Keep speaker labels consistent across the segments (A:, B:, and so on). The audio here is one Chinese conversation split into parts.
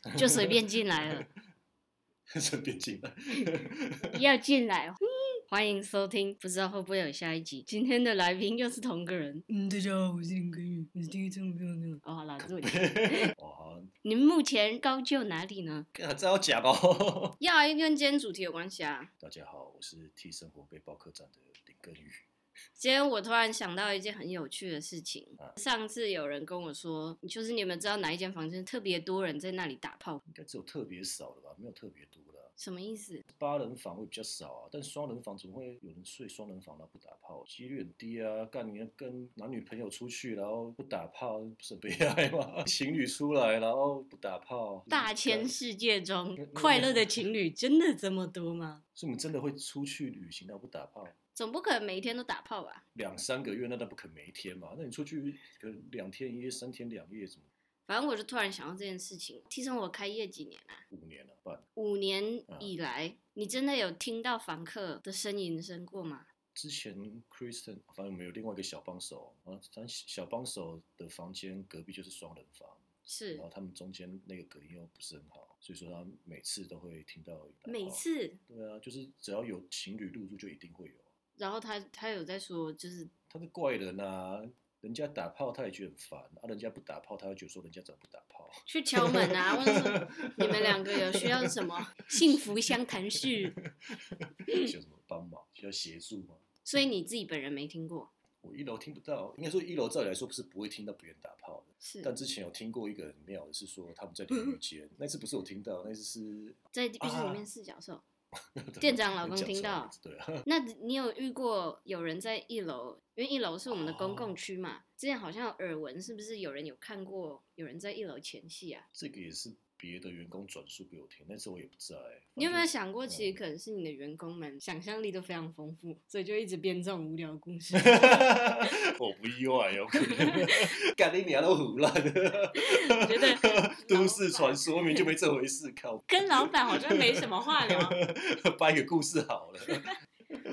A: 就随便进来 了，
B: 顺便进来。
A: 要进来。 嗯欢迎收听，不知道会不会有下一集。今天的来宾又是同个人。嗯，大家好，我是林根宇，我是第一次朋友。哦，好啦， 这么讲
B: 哇，
A: 你们目前高就哪里呢？
B: 干这要讲哦。
A: 要啊，跟今天主题有关系啊。
B: 大家好，我是替生活背包客栈的林根宇。
A: 今天我突然想到一件很有趣的事情
B: 啊。
A: 上次有人跟我说，就是你们知道哪一间房间特别多人在那里打炮，
B: 应该只有特别少的吧，没有特别多的啊、
A: 什么意思？
B: 八人房会比较少啊，但双人房怎么会有人睡双人房然后不打炮？几率很低啊！干你要跟男女朋友出去，然后不打炮，不是很悲哀吗？ 情侣出来然后不打炮，
A: 大千世界中，快乐的情侣真的这么多吗？
B: 所以你们真的会出去旅行然后不打炮？
A: 总不可能每一天都打炮吧？
B: 两三个月那那不可能每一天嘛？那你出去可能两天一夜、三天两夜，怎么
A: 反正我就突然想到这件事情。替身我开业几年啊？
B: 五年了、半？
A: 五年以来，你真的有听到房客的呻吟声过吗？
B: 之前 Kristen，反正我们有另外一个小帮手啊，他小帮手的房间隔壁就是双人房，
A: 是
B: 然后他们中间那个隔音又不是很好，所以说他每次都会听到有打炮。
A: 每次，
B: 对啊，就是只要有情侣入住就一定会有。
A: 然后他他有在说，就是
B: 他是怪人啊，人家打炮他也觉得很烦啊，人家不打炮他会觉得说人家怎么不打炮？
A: 去敲门啊，或者说你们两个有需要什么幸福相谈室，
B: 需要什么帮忙？需要协助吗？
A: 所以你自己本人没听过，
B: 我一楼听不到，应该说一楼照理来说不是不会听到别人打炮的。但
A: 是
B: 之前有听过一个很妙的是说他们在淋浴间，那次不是我听到，那次是
A: 在浴室里面四角兽。 店长老公听到，
B: 对啊，
A: 那你有遇过有人在一楼？因为一楼是我们的公共区嘛，之前好像有耳闻，是不是有人有看过有人在一楼前戏啊？
B: 这个也是别的员工转述给我听，那次我也不哎在。
A: 你有没有
B: 反正
A: 想过，其实可能是你的员工们想象力都非常丰富，所以就一直编这种无聊故 事。
B: 我不意外，有可能。干你娘都胡乱 的，
A: 我觉得
B: 都市传说明就没这回事，靠，
A: 跟老板好像没什么话聊，
B: 掰个故事好了。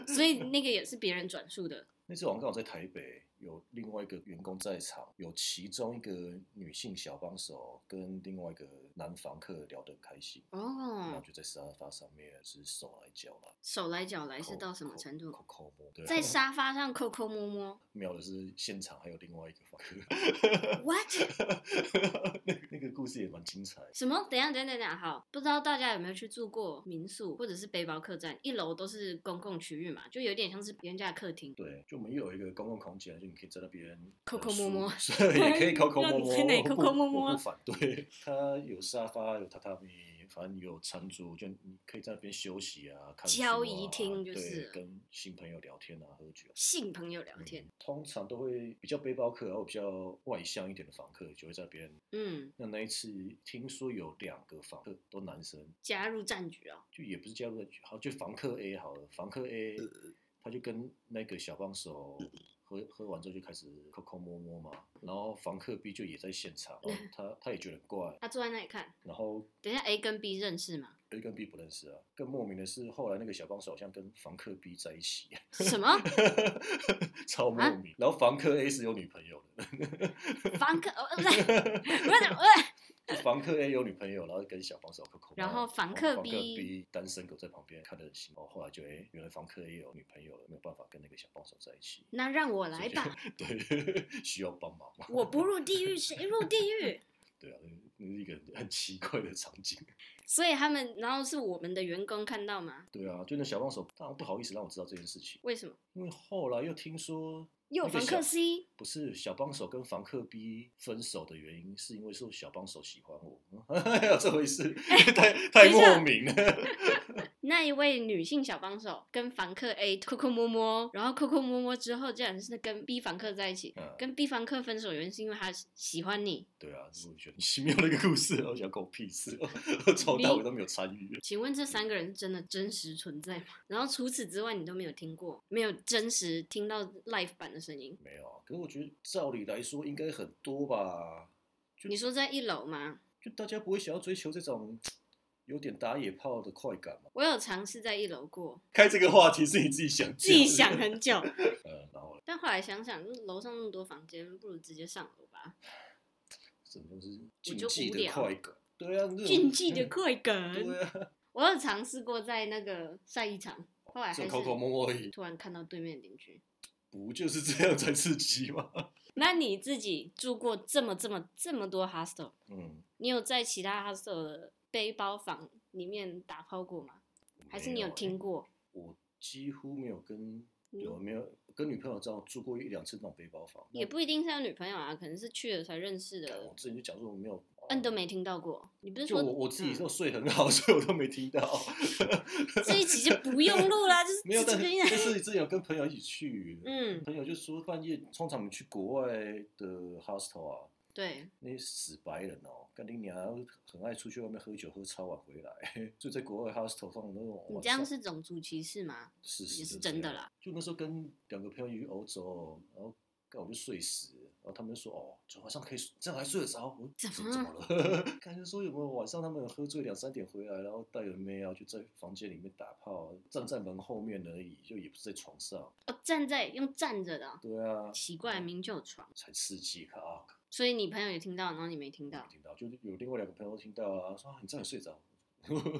A: 所以那个也是别人转述 的。
B: 那次我刚好在台北，有另外一个员工在场，有其中一个女性小帮手跟另外一个男房客聊得很开心，然后
A: 哦，
B: 就在沙发上面是手来脚来，
A: 手来脚来
B: 还
A: 是到什么程度？
B: 抠抠摸，对啊，
A: 在沙发上抠抠摸摸
B: 妙的是现场还有另外一个房客，
A: ，what？
B: 那那个故事也蛮精彩。
A: 什么？等一下，等一下，等一下，好，不知道大家有没有去住过民宿或者是背包客栈？一楼都是公共区域嘛，就有点像是别人家的客厅。
B: 对，就我们有一个公共空间，就你可以在那边
A: 抠抠摸摸
B: 呃舒也 可以抠抠摸
A: 让
B: 摸，
A: 你在那里
B: 我不
A: 抠抠摸摸
B: 我不反对。它有沙发，有榻榻米，反正有餐桌，就你可以在那边休息啊，看书啊
A: 交谊厅就是
B: 对，跟新朋友聊天啊，喝酒。
A: 性朋友聊天
B: 嗯，通常都会比较背包客，然后比较外向一点的房客就会在那边。
A: 嗯，
B: 那那一次听说有两个房客都男生，
A: 加入战局哦。
B: 就也不是加入了，好就房客 A 好了，房客 A 他就跟那个小帮手喝喝完之后就开始抠抠摸摸嘛，然后房客 B 就也在现场，然后他他也觉得很怪，
A: 他坐在那里看。
B: 然后
A: 等一下，A 跟 B 认识 吗？
B: A 跟 B 不认识啊，更莫名的是后来那个小帮手好像跟房客 B 在一起，
A: 什么
B: 超莫
A: 啊
B: 名，然后房客 A 是有女朋友的，
A: 房客？哦， 不是，不是，不是，
B: 房客 A 有女朋友，然后跟小帮手抠抠摸摸，
A: 然后哦房客 B
B: B 单身狗在旁边看得很心痛，后来就哎、诶原来房客 A 有女朋友了，没有办法跟那个小帮手在一起。
A: 那让我来吧。
B: 对， 需要帮忙嘛？
A: 我不入地狱，谁入地狱？
B: 对啊，那是一个很奇怪的场景。
A: 所以他们，然后是我们的员工看到吗？
B: 对啊，就那小帮手，当然不好意思让我知道这件事情，
A: 为什么？
B: 因为后来又听说
A: 又有
B: 那个
A: 房
B: 小
A: 客 C，
B: 不是小帮手跟房客 B 分手的原因，是因为说小帮手喜欢我， 有这回事，太太
A: 等一下
B: 莫名了。
A: 那一位女性小帮手跟房客 A 抠抠摸摸，然后抠抠摸摸之后，竟然是跟 B 房客在一起。
B: 嗯，
A: 跟 B 房客分手原因是因为他喜欢你。
B: 对啊，这是我觉得很奇妙的一个故事，我想关我屁事，我从头到尾都没有参与。
A: 请问这三个人是真的真实存在吗？然后除此之外，你都没有听过，没有真实听到 live 版的声音。
B: 没有啊，可是我觉得照理来说应该很多吧，就
A: 你说在一楼吗？
B: 就大家不会想要追求这种有点打野炮的快感嘛？
A: 我有尝试在一楼过，
B: 开这个话题是你自己想，
A: 自己想。很久，
B: 呃，然后嘞
A: 但后来想想，楼上那么多房间，不如直接上楼吧。
B: 这种就是
A: 我
B: 禁
A: 就
B: 忌
A: 无
B: 的
A: 聊
B: 快感，对啊，那种
A: 竞技的快感。
B: 对啊，
A: 我有尝试过在那个晒衣场，后来
B: 只
A: 还
B: 有
A: 是
B: 口口摸摸而已，
A: 突然看到对面的邻居。
B: 不就是这样才刺激吗？
A: 那你自己住过这么这么这么多 hostel，
B: 嗯，
A: 你有在其他 hostel 的背包房里面打炮过吗？还是你
B: 没
A: 有
B: 有欸
A: 听过？
B: 我几乎没有跟
A: 嗯
B: 有没有跟女朋友这样住过一两次那种背包房，
A: 也不一定是有女朋友啊，可能是去了才认识
B: 那我
A: 的，
B: 之前就讲说我没有，啊
A: 那啊你都没听到过。你不是
B: 就我
A: 说
B: 我自己
A: 嗯
B: 都睡很好， 所以我都没听到。
A: 这一集就不用录 啦，就是
B: 没有，
A: 这
B: 但是
A: 个意
B: 但
A: 思。
B: 是之前有跟朋友一起去，
A: 嗯，
B: 朋友就说半夜通常我们去国外的 hostel 啊，
A: 对，
B: 那些死白人哦，干你娘，很爱出去外面喝酒喝超晚回来， 就在国外 hostel 上那种晚上。
A: 你这样是种族歧视吗？
B: 是
A: 也是
B: 是
A: 真
B: 这
A: 的
B: 样
A: 啦。
B: 欸就那时候跟两个朋友一起去欧洲，然后干我就睡死了，然后他们就说哦，晚上可以睡这样还睡得着？我说
A: 怎
B: 怎
A: 么啊
B: 怎么了？ 感觉说有没有晚上他们有喝醉两三点回来，然后带有妹啊，就在房间里面打炮，站在门后面而已，就也不是在床上。
A: 哦，站在用站着的哦、
B: 对啊，
A: 奇怪，明明就有床，
B: 才刺激啊！
A: 所以你朋友也听到，然后你没听
B: 没
A: 到，
B: 听到，就是有另外两个朋友听到啊，说啊你这样有睡着， 怎么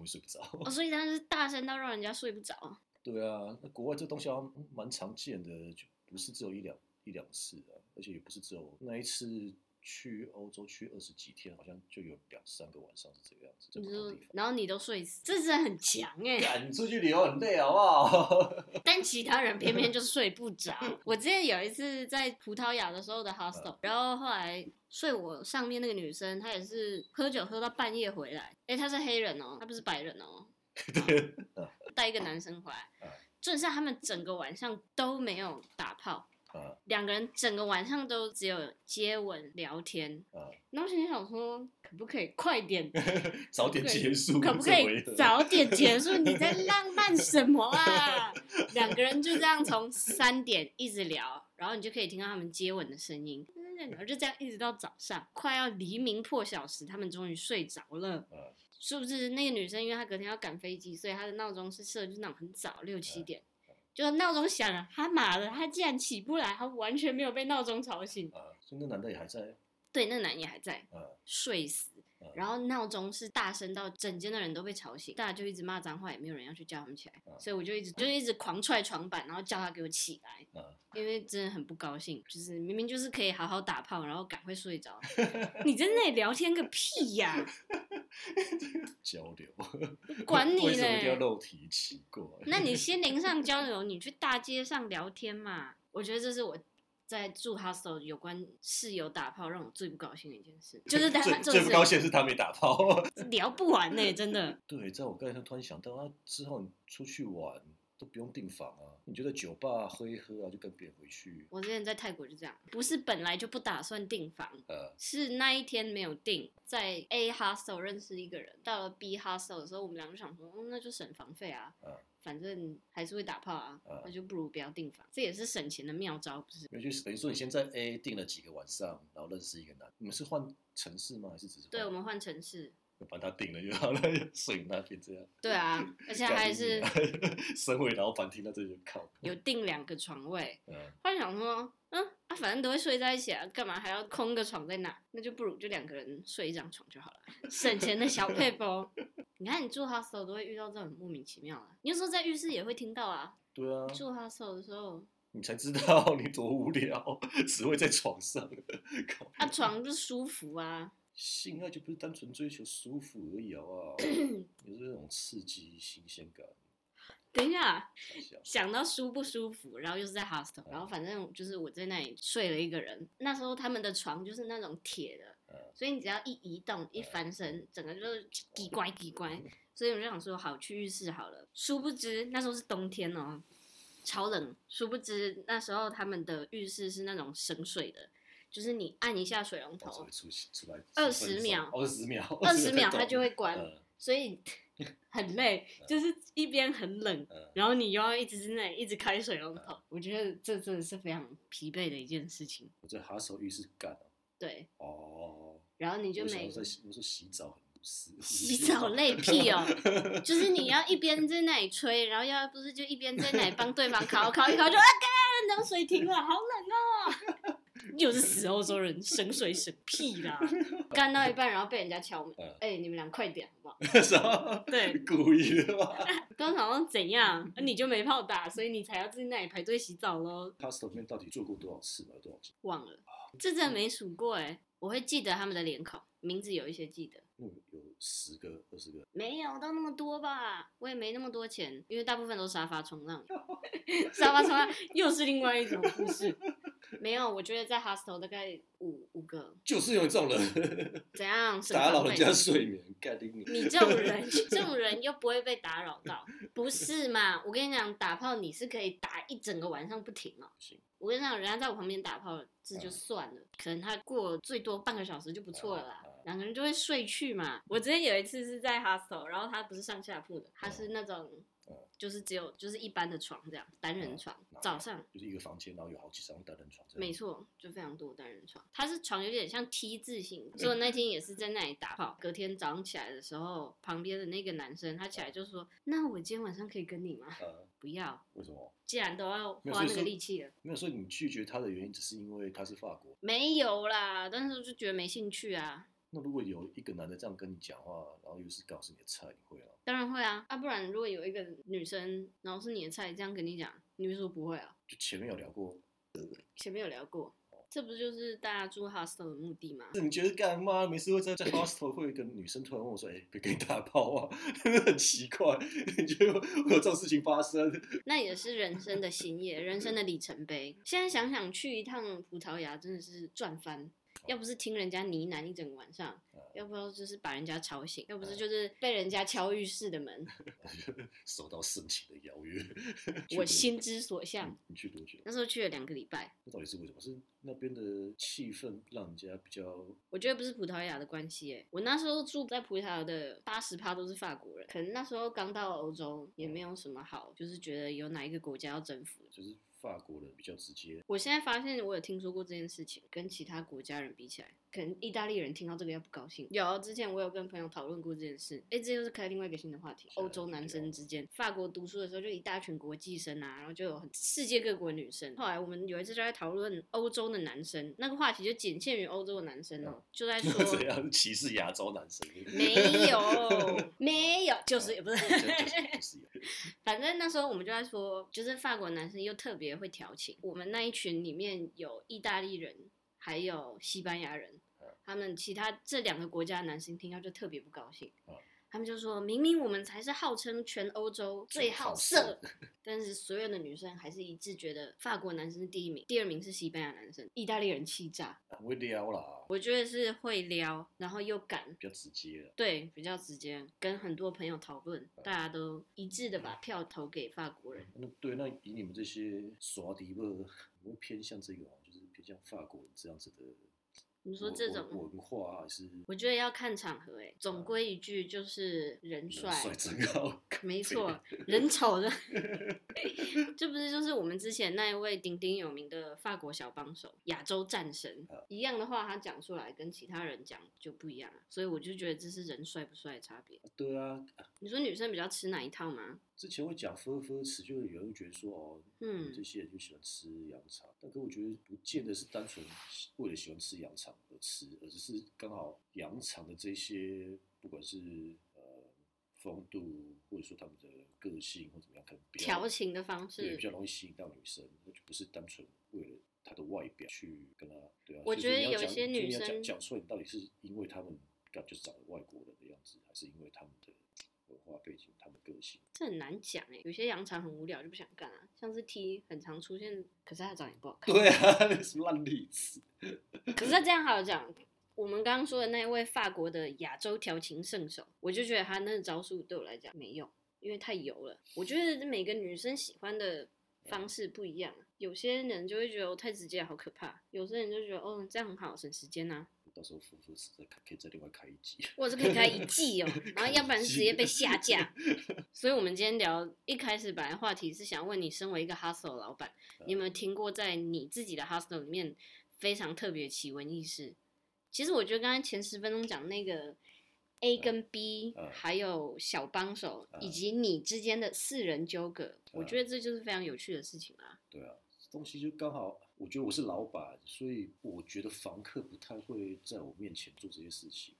B: 会睡不着？
A: 哦，所以他是大声到让人家睡不着啊。
B: 对啊，那国外这东西好像嗯蛮常见的，就不是只有一两一两次啊，而且也不是只有那一次去欧洲去二十几天，好像就有两三个晚上是这个样子，在
A: 你
B: 不
A: 说
B: 同地，方。
A: 然后你都睡死，这真的很强 哎、
B: 干，你出去旅游很累，好不好？
A: 但其他人偏偏就睡不着。我之前有一次在葡萄牙的时
B: 嗯
A: 候的 hostel，然后后来睡我上面那个女生，她也是喝酒喝到半夜回来，哎、她是黑人哦、她不是白人哦、
B: 对，
A: 带一个男生回来
B: 嗯，
A: 正是他们整个晚上都没有打炮，
B: 啊
A: 两个人整个晚上都只有接吻聊天。
B: 啊，
A: 那我心里想说，可不可以快点，
B: 早点结束，
A: 可不可
B: 这回
A: 以
B: 合
A: 早点结束？你在浪漫什么啊？两个人就这样从三点一直聊，然后你就可以听到他们接吻的声音，嗯然后就这样一直到早上，快要黎明破晓时，他们终于睡着了。
B: 啊
A: 是不是那个女生，因为她隔天要赶飞机，所以她的闹钟是设就是那种很早六七点，就闹钟响了，她妈的，她竟然起不来，她完全没有被闹钟吵醒。
B: 啊，所以那男的也还在
A: 对，那男也还在
B: 啊，
A: 睡死，
B: 啊
A: 然后闹钟是大声到整间的人都被吵醒，大家就一直骂脏话，也没有人要去叫他们起来，
B: 嗯
A: 所以我就一直就一直狂踹床板，然后叫他给我起来，
B: 啊，
A: 因为真的很不高兴，就是明明就是可以好好打炮，然后赶快睡着， 你在那里聊天个屁呀、
B: 交流，
A: 管你
B: 为什么一定要
A: 嘞！
B: 肉体？奇怪，
A: 那你心灵上交流，你去大街上聊天嘛？我觉得这是我在住 hostel 有关室友打炮让我最不高兴的一件事，就是他
B: 最
A: 这
B: 最不高
A: 种
B: 兴的是他没打炮。
A: 事聊不完呢、真的。
B: 对，在我刚才突然想到，那之后你出去玩都不用订房啊，你就在酒吧喝一喝啊，就跟别人回去。
A: 我之前在泰国就这样，不是本来就不打算订房，
B: 呃，
A: 是那一天没有订，在 A hostel 认识一个人，到了 B hostel 的时候，我们俩就想说，嗯，那就省房费啊
B: 嗯，
A: 反正还是会打炮啊
B: 嗯，
A: 那就不如不要订房，这也是省钱的妙招，不是？
B: 也就是等于说你先在 A 订了几个晚上，然后认识一个男，你们是换城市吗？还是只是
A: 对，我
B: 换
A: 们换城市，
B: 把他订了就好了， 睡你那边这样。
A: 对啊，而且还是
B: 身为老板听到这就靠。
A: 有订两个床位，
B: 嗯，
A: 后来想说，嗯啊，反正都会睡在一起啊，干嘛还要空个床在那？那就不如就两个人睡一张床就好了，省钱的小配包。你看你住 hostel 都会遇到这种莫名其妙的，你有时候在浴室也会听到啊。
B: 对啊，
A: 住 hostel 的时候，
B: 你才知道你多无聊，只会在床上。靠
A: 啊床就舒服啊，
B: 性爱就不是单纯追求舒服而已，好不 好？有这种刺激、新鲜感。
A: 等一下
B: 想一下
A: 想到舒不舒服，然后又是在 hostel，然后反正就是我在那里睡了一个人，那时候他们的床就是那种铁的，
B: 呃，
A: 所以你只要一移动、一翻身，整个就是叽乖叽乖。所以我就想说，好去浴室好了。殊不知那时候是冬天哦，超冷。殊不知那时候他们的浴室是那种省水的，就是你按一下水龙
B: 我只
A: 头
B: 会，出出来
A: 20秒
B: 二十秒，
A: 二十 秒它就
B: 会
A: 会关，
B: 呃
A: 所 以很累，
B: 嗯
A: 就是一边很冷，
B: 呃，
A: 然后你又要一直在那里一直开水龙
B: 嗯
A: 头。我觉得这真的是非常疲惫的一件事情。
B: 我在哈手浴室干哦
A: 对，
B: 哦，
A: 然后你就
B: 我想
A: 没
B: 说在洗我说洗澡很不适，
A: 洗 澡累屁哦，就是你要一边在那里吹，然后要不 是就一边在那里帮对方烤烤一烤，就啊干，然后水停了，好冷哦。又是死欧洲人，省水省屁啦，干到一半然后被人家敲门，哎、
B: 嗯
A: 你们俩快点好不好？
B: 啥？
A: 对，
B: 故意的吧
A: 刚好像怎样，
B: 嗯
A: 你就没泡打，所以你才要自己那里排队洗澡喽。
B: ？Pasta 面到底做过多少次了？多少次？
A: 忘了，
B: 哦
A: 这真的
B: 嗯
A: 没数过哎、我会记得他们的联考名字，有一些记得。
B: 那有十个、二十个，
A: 没有到那么多吧，我也没那么多钱，因为大部分都是沙发冲 浪，沙发冲浪又是另外一种故事。没有，我觉得在 hostel 大概五五个，
B: 就是有这种人
A: 怎样省
B: 打扰
A: 房
B: 人
A: 费
B: 家睡眠，干定你！
A: 你这种人，这种人又不会被打扰到，不是嘛？我跟你讲，打炮你是可以打一整个晚上不停哦。
B: 行
A: 我跟你讲，人家在我旁边打炮，这就
B: 嗯
A: 算了，可能他过最多半个小时就不错了啦
B: 嗯嗯，
A: 两个人就会睡去嘛。我之前有一次是在 hostel，然后他不是上下铺的，他是那种
B: 嗯
A: 就是只有就是一般的床这样，单人床
B: 嗯，
A: 早上。
B: 就是一个房间，然后有好几张单人床这样。
A: 没错，就非常多单人床，它是床有点像 T 字形，所以我那天也是在那里打炮。隔天早上起来的时候，旁边的那个男生他起来就说：“那我今天晚上可以跟你吗
B: 呃，？”
A: 不要，
B: 为什么？
A: 既然都要
B: 没有
A: 花
B: 所以
A: 那个
B: 说
A: 力气了，
B: 没有，所以你拒绝他的原因只是因为他是法国。
A: 没有啦。但是我就觉得没兴趣啊，
B: 那如果有一个男的这样跟你讲话，然后又是告诉你的菜，你会啊？
A: 当然会啊，啊不然如果有一个女生，然后是你的菜，这样跟你讲，你会说不会啊？
B: 就前面有聊过，
A: 前面有聊过，这不就是大家住 hostel 的目的吗？
B: 你觉得干嘛？每次会在在 hostel 会有一个女生突然问我说：“哎、可以跟你打炮啊？” 很奇怪， 你觉得会有这种事情发生？
A: 那也是人生的新野，人生的里程碑。现在想想，去一趟葡萄牙真的是赚翻。要不是听人家呢喃一整个晚上，要不就是把人家吵醒，要不是就是被人家敲浴室的门，
B: 收到盛情的邀约，
A: 我心之所向。
B: 你去多久？
A: 那时候去了两个礼拜，
B: 那到底是为什么？是那边的气氛让人家比较
A: 我觉得不是葡萄牙的关系、欸，我那时候住在葡萄牙的八十趴都是法国人，可能那时候刚到欧洲，也没有什么好，就是觉得有哪一个国家要征服。
B: 就是法国人比较直接，
A: 我现在发现，我有听说过这件事情，跟其他国家人比起来，可能意大利人听到这个要不高兴。有，之前我有跟朋友讨论过这件事，哎，这又是开另外一个新的话题。
B: 是啊
A: 欧洲男生之间，法国读书的时候就一大群国际生啊，然后就有很世界各国女生。后来我们有一次就在讨论欧洲的男生，那个话题就仅限于欧洲的男生
B: 嗯
A: 哦， 就在说
B: 怎样歧视亚洲男生？
A: 没 有，没有，就是也不是，
B: 这样就是不是有
A: 反正那时候我们就在说，就是法国男生又特别会调情。我们那一群里面有意大利人，还有西班牙人
B: 嗯，
A: 他们其他这两个国家的男生听到就特别不高兴
B: 嗯。
A: 他们就说明明我们才是号称全欧洲最好色， 但是所有的女生还是一致觉得法国男生是第一名，第二名是西班牙男生，意大利人气炸。
B: 不会撩啦，
A: 我觉得是会撩，然后又敢，
B: 比较直接啊啦。
A: 对，比较直接，跟很多朋友讨论，大家都一致的把票投给法国人。
B: 那对，那以你们这些耍迪吧，你会偏向这个吗？就是偏向法国人这样子的文。
A: 你说这种
B: 文文化啊还是
A: 我觉得要看场合诶、总归一句就是人 帅，
B: 呃帅真好，
A: 没错，人丑 的，这不是就是我们之前那一位鼎鼎有名的法国小帮手亚洲战神
B: 啊
A: 一样的话，他讲出来跟其他人讲就不一样啊，所以我就觉得这是人帅不帅的差别。
B: 对啊。
A: 你说女生比较吃哪一套吗？
B: 之前会讲分分吃，就是有人觉得说哦，
A: 嗯
B: 嗯，这些人就喜欢吃羊肠，但可我觉得不见得是单纯为了喜欢吃羊肠而吃，而是刚好羊肠的这些不管是呃风度，或者说他们的个性或怎么样，可能比较
A: 调情的方
B: 对
A: 式
B: 比，较容易吸引到女生，那就不是单纯为了他的外表去跟他对啊。
A: 我
B: 所以说
A: 觉得
B: 你要
A: 有一
B: 讲
A: 些
B: 所以
A: 女
B: 你要
A: 生
B: 讲讲出来，你到底是因为他们感觉长得外国人的样子，还是因为他们的文化背景、他们的个 性？
A: 这很难讲欸诶、有些羊肠很无聊就不想干啊，像是 T 很常出现，可是他长得也不好看。
B: 对啊， 那什么烂例子？
A: 可是这样好讲，我们刚刚说的那一位法国的亚洲调情圣手，我就觉得他那个招数对我来讲没用，因为太油了。我觉得每个女生喜欢的方式不一样啊，有些人就会觉得我太直接了，好可怕；有些人就觉得哦，这样很好，省时间呐、啊。
B: 到时候夫妇是在可以再另外开一集。
A: 我是可以开一季 哦，然后要不然直接被下架。 所以，我们今天聊一开始本来话题是想问你，身为一个 hostel 老板，你有
B: 嗯
A: 没有听过在你自己的 hostel 里面非常特别的奇闻异事？其实我觉得刚才前十分钟讲那个 A 跟 B，、
B: 嗯
A: 还有小帮手、
B: 嗯
A: 以及你之间的四人纠葛，我
B: 嗯
A: 觉得这就是非常有趣的事情啊。
B: 对啊，这东西就刚好，我我觉得我是老板，所以我觉得房客不太会在我面前做这些事情，
A: 啊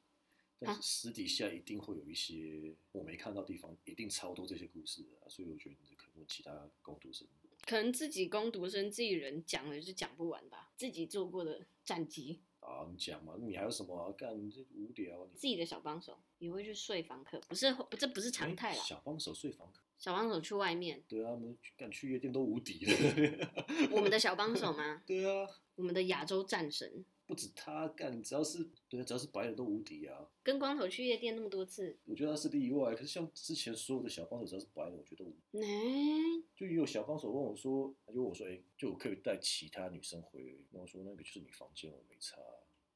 B: 但是私底下一定会有一些我没看到的地方，一定超多这些故事的啊、所以我觉得你可能问其他工读生。
A: 可能自己攻读生自己人讲的就讲不完吧，自己做过的战绩，
B: 啊，你讲嘛，你还有什么、啊、干？你这无聊，你
A: 自己的小帮手也会去睡房客，不是这不是常态
B: 哎
A: 啦。
B: 小帮手睡房客，
A: 小帮手去外面，
B: 对啊，他们去干去夜店都无敌了。？
A: 我们的小帮手吗
B: 对啊，
A: 我们的亚洲战神，
B: 不止他干，只要是对啊，只要是白人都无敌啊。
A: 跟光头去夜店那么多次，
B: 我觉得他是例外，可是像之前所有的小帮手只要是白人，我觉得无敌。
A: 嗯，
B: 就也有小帮手问我说，他就问我说，哎、就我可以带其他女生回，然后我说那个就是你房间，我没差。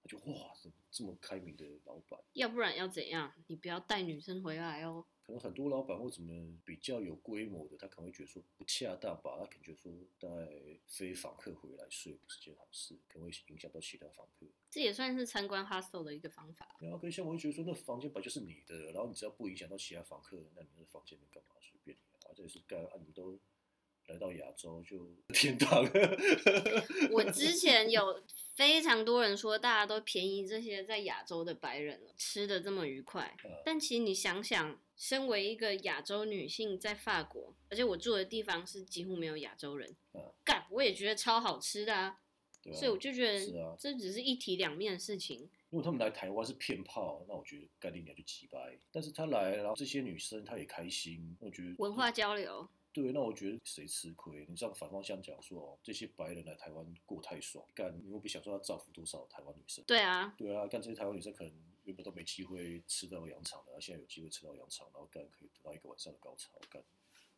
B: 他就哇，怎么这么开明的老板？
A: 要不然要怎样？你不要带女生回来哦。
B: 可能很多老板或怎么比较有规模的，他可能会觉得说不恰当吧，他可能觉得说带非访客回来睡不是件好事，可能会影响到其他访客。
A: 这也算是参观 hostel 的一个方法。
B: 然后跟像我会觉得说，那房间本来就是你的，然后你只要不影响到其他房客，那你那房间能干嘛随便你啊，这也是干啊，你们都来到亚洲就 天堂。
A: 我之前有非常多人说，大家都便宜这些在亚洲的白人了，吃的这么愉快。
B: 嗯
A: 但其实你想想，身为一个亚洲女性在法国，而且我住的地方是几乎没有亚洲人
B: 嗯，
A: 干我也觉得超好吃的啊，
B: 对啊，
A: 所以我就觉
B: 是啊
A: 得这只是一体两面的事情。
B: 如果他们来台湾是骗炮，那我觉得概念你就鸡掰。但是他来，然后这些女生她也开心，我觉得
A: 文化交流，
B: 对，那我觉得谁吃亏？你这样反方向讲说，哦，这些白人来台湾过太爽，干你又不想说要造福多少台湾女生？
A: 对啊，
B: 对啊，干这些台湾女生可能原本都没机会吃到羊肠的，然后现在有机会吃到羊肠，然后干可以得到一个晚上的高潮，干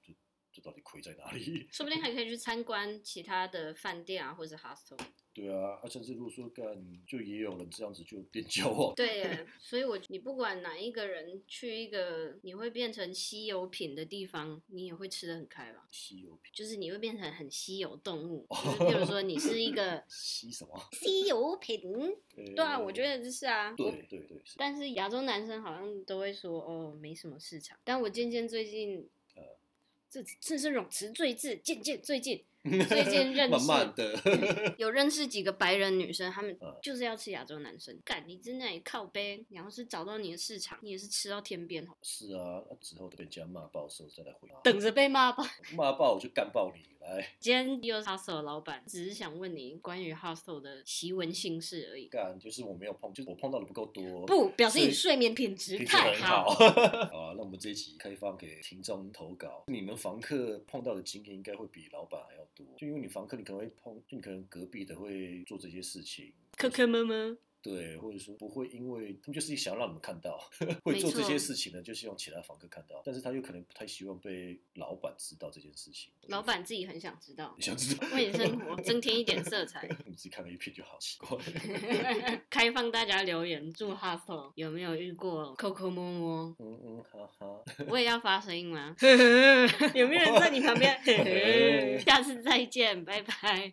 B: 这这到底亏在哪里？
A: 说不定还可以去参观其他的饭店啊，或者 hostel。
B: 对啊，啊，甚至如果说干就也有人这样子就变交往，
A: 对耶，所以我你不管哪一个人去一个你会变成稀有品的地方，你也会吃得很开吧？
B: 稀有品，哦
A: 就是你会变成很稀有动物，就是譬如说你是一个
B: 稀什么？
A: 稀有品，对啊，我觉
B: 得
A: 得这是啊。我
B: 对对对，是
A: 但是亚洲男生好像都会说哦，没什么市场。但我渐渐最近，
B: 呃
A: 这这是泳词最近，渐渐最近最近认识
B: 慢慢的，
A: 有认识几个白人女生，她们
B: 嗯
A: 就是要吃亚洲男生。干，你真的靠背，你要是找到你的市场，你也是吃到天边，
B: 是啊，那之后被人家骂爆的时候再来回骂，
A: 等着被骂吧。
B: 骂爆我就干爆你来。
A: 今天又是 hostel 的老板，只是想问你关于 hostel 的奇闻性事而已。
B: 干，就是我没有碰，就是我碰到的不够多。
A: 不，表示
B: 所以
A: 你睡眠品质
B: 品质
A: 太
B: 很好。
A: 好。
B: 好啊，那我们这一集开放给听众投稿，你们房客碰到的经验应该会比老板还要多，就因为你房客你可能会碰，就你可能隔壁的会做这些事情。
A: 磕磕摸摸，
B: 对，或者说不会，因为他们就是想要让你们看到，会做这些事情呢，就希望其他房客看到，但是他又可能不太希望被老板知道这件事情。
A: 老板自己很想知道
B: 你，想知道，
A: 为你生活增添一点色彩。
B: 你自己看了一遍就好，奇怪。
A: 开放大家留言，住 hostel 有没有遇过抠抠摸摸？
B: 嗯嗯，哈哈。
A: 我也要发声音 吗？有没有人在你旁边？下次再见，拜拜。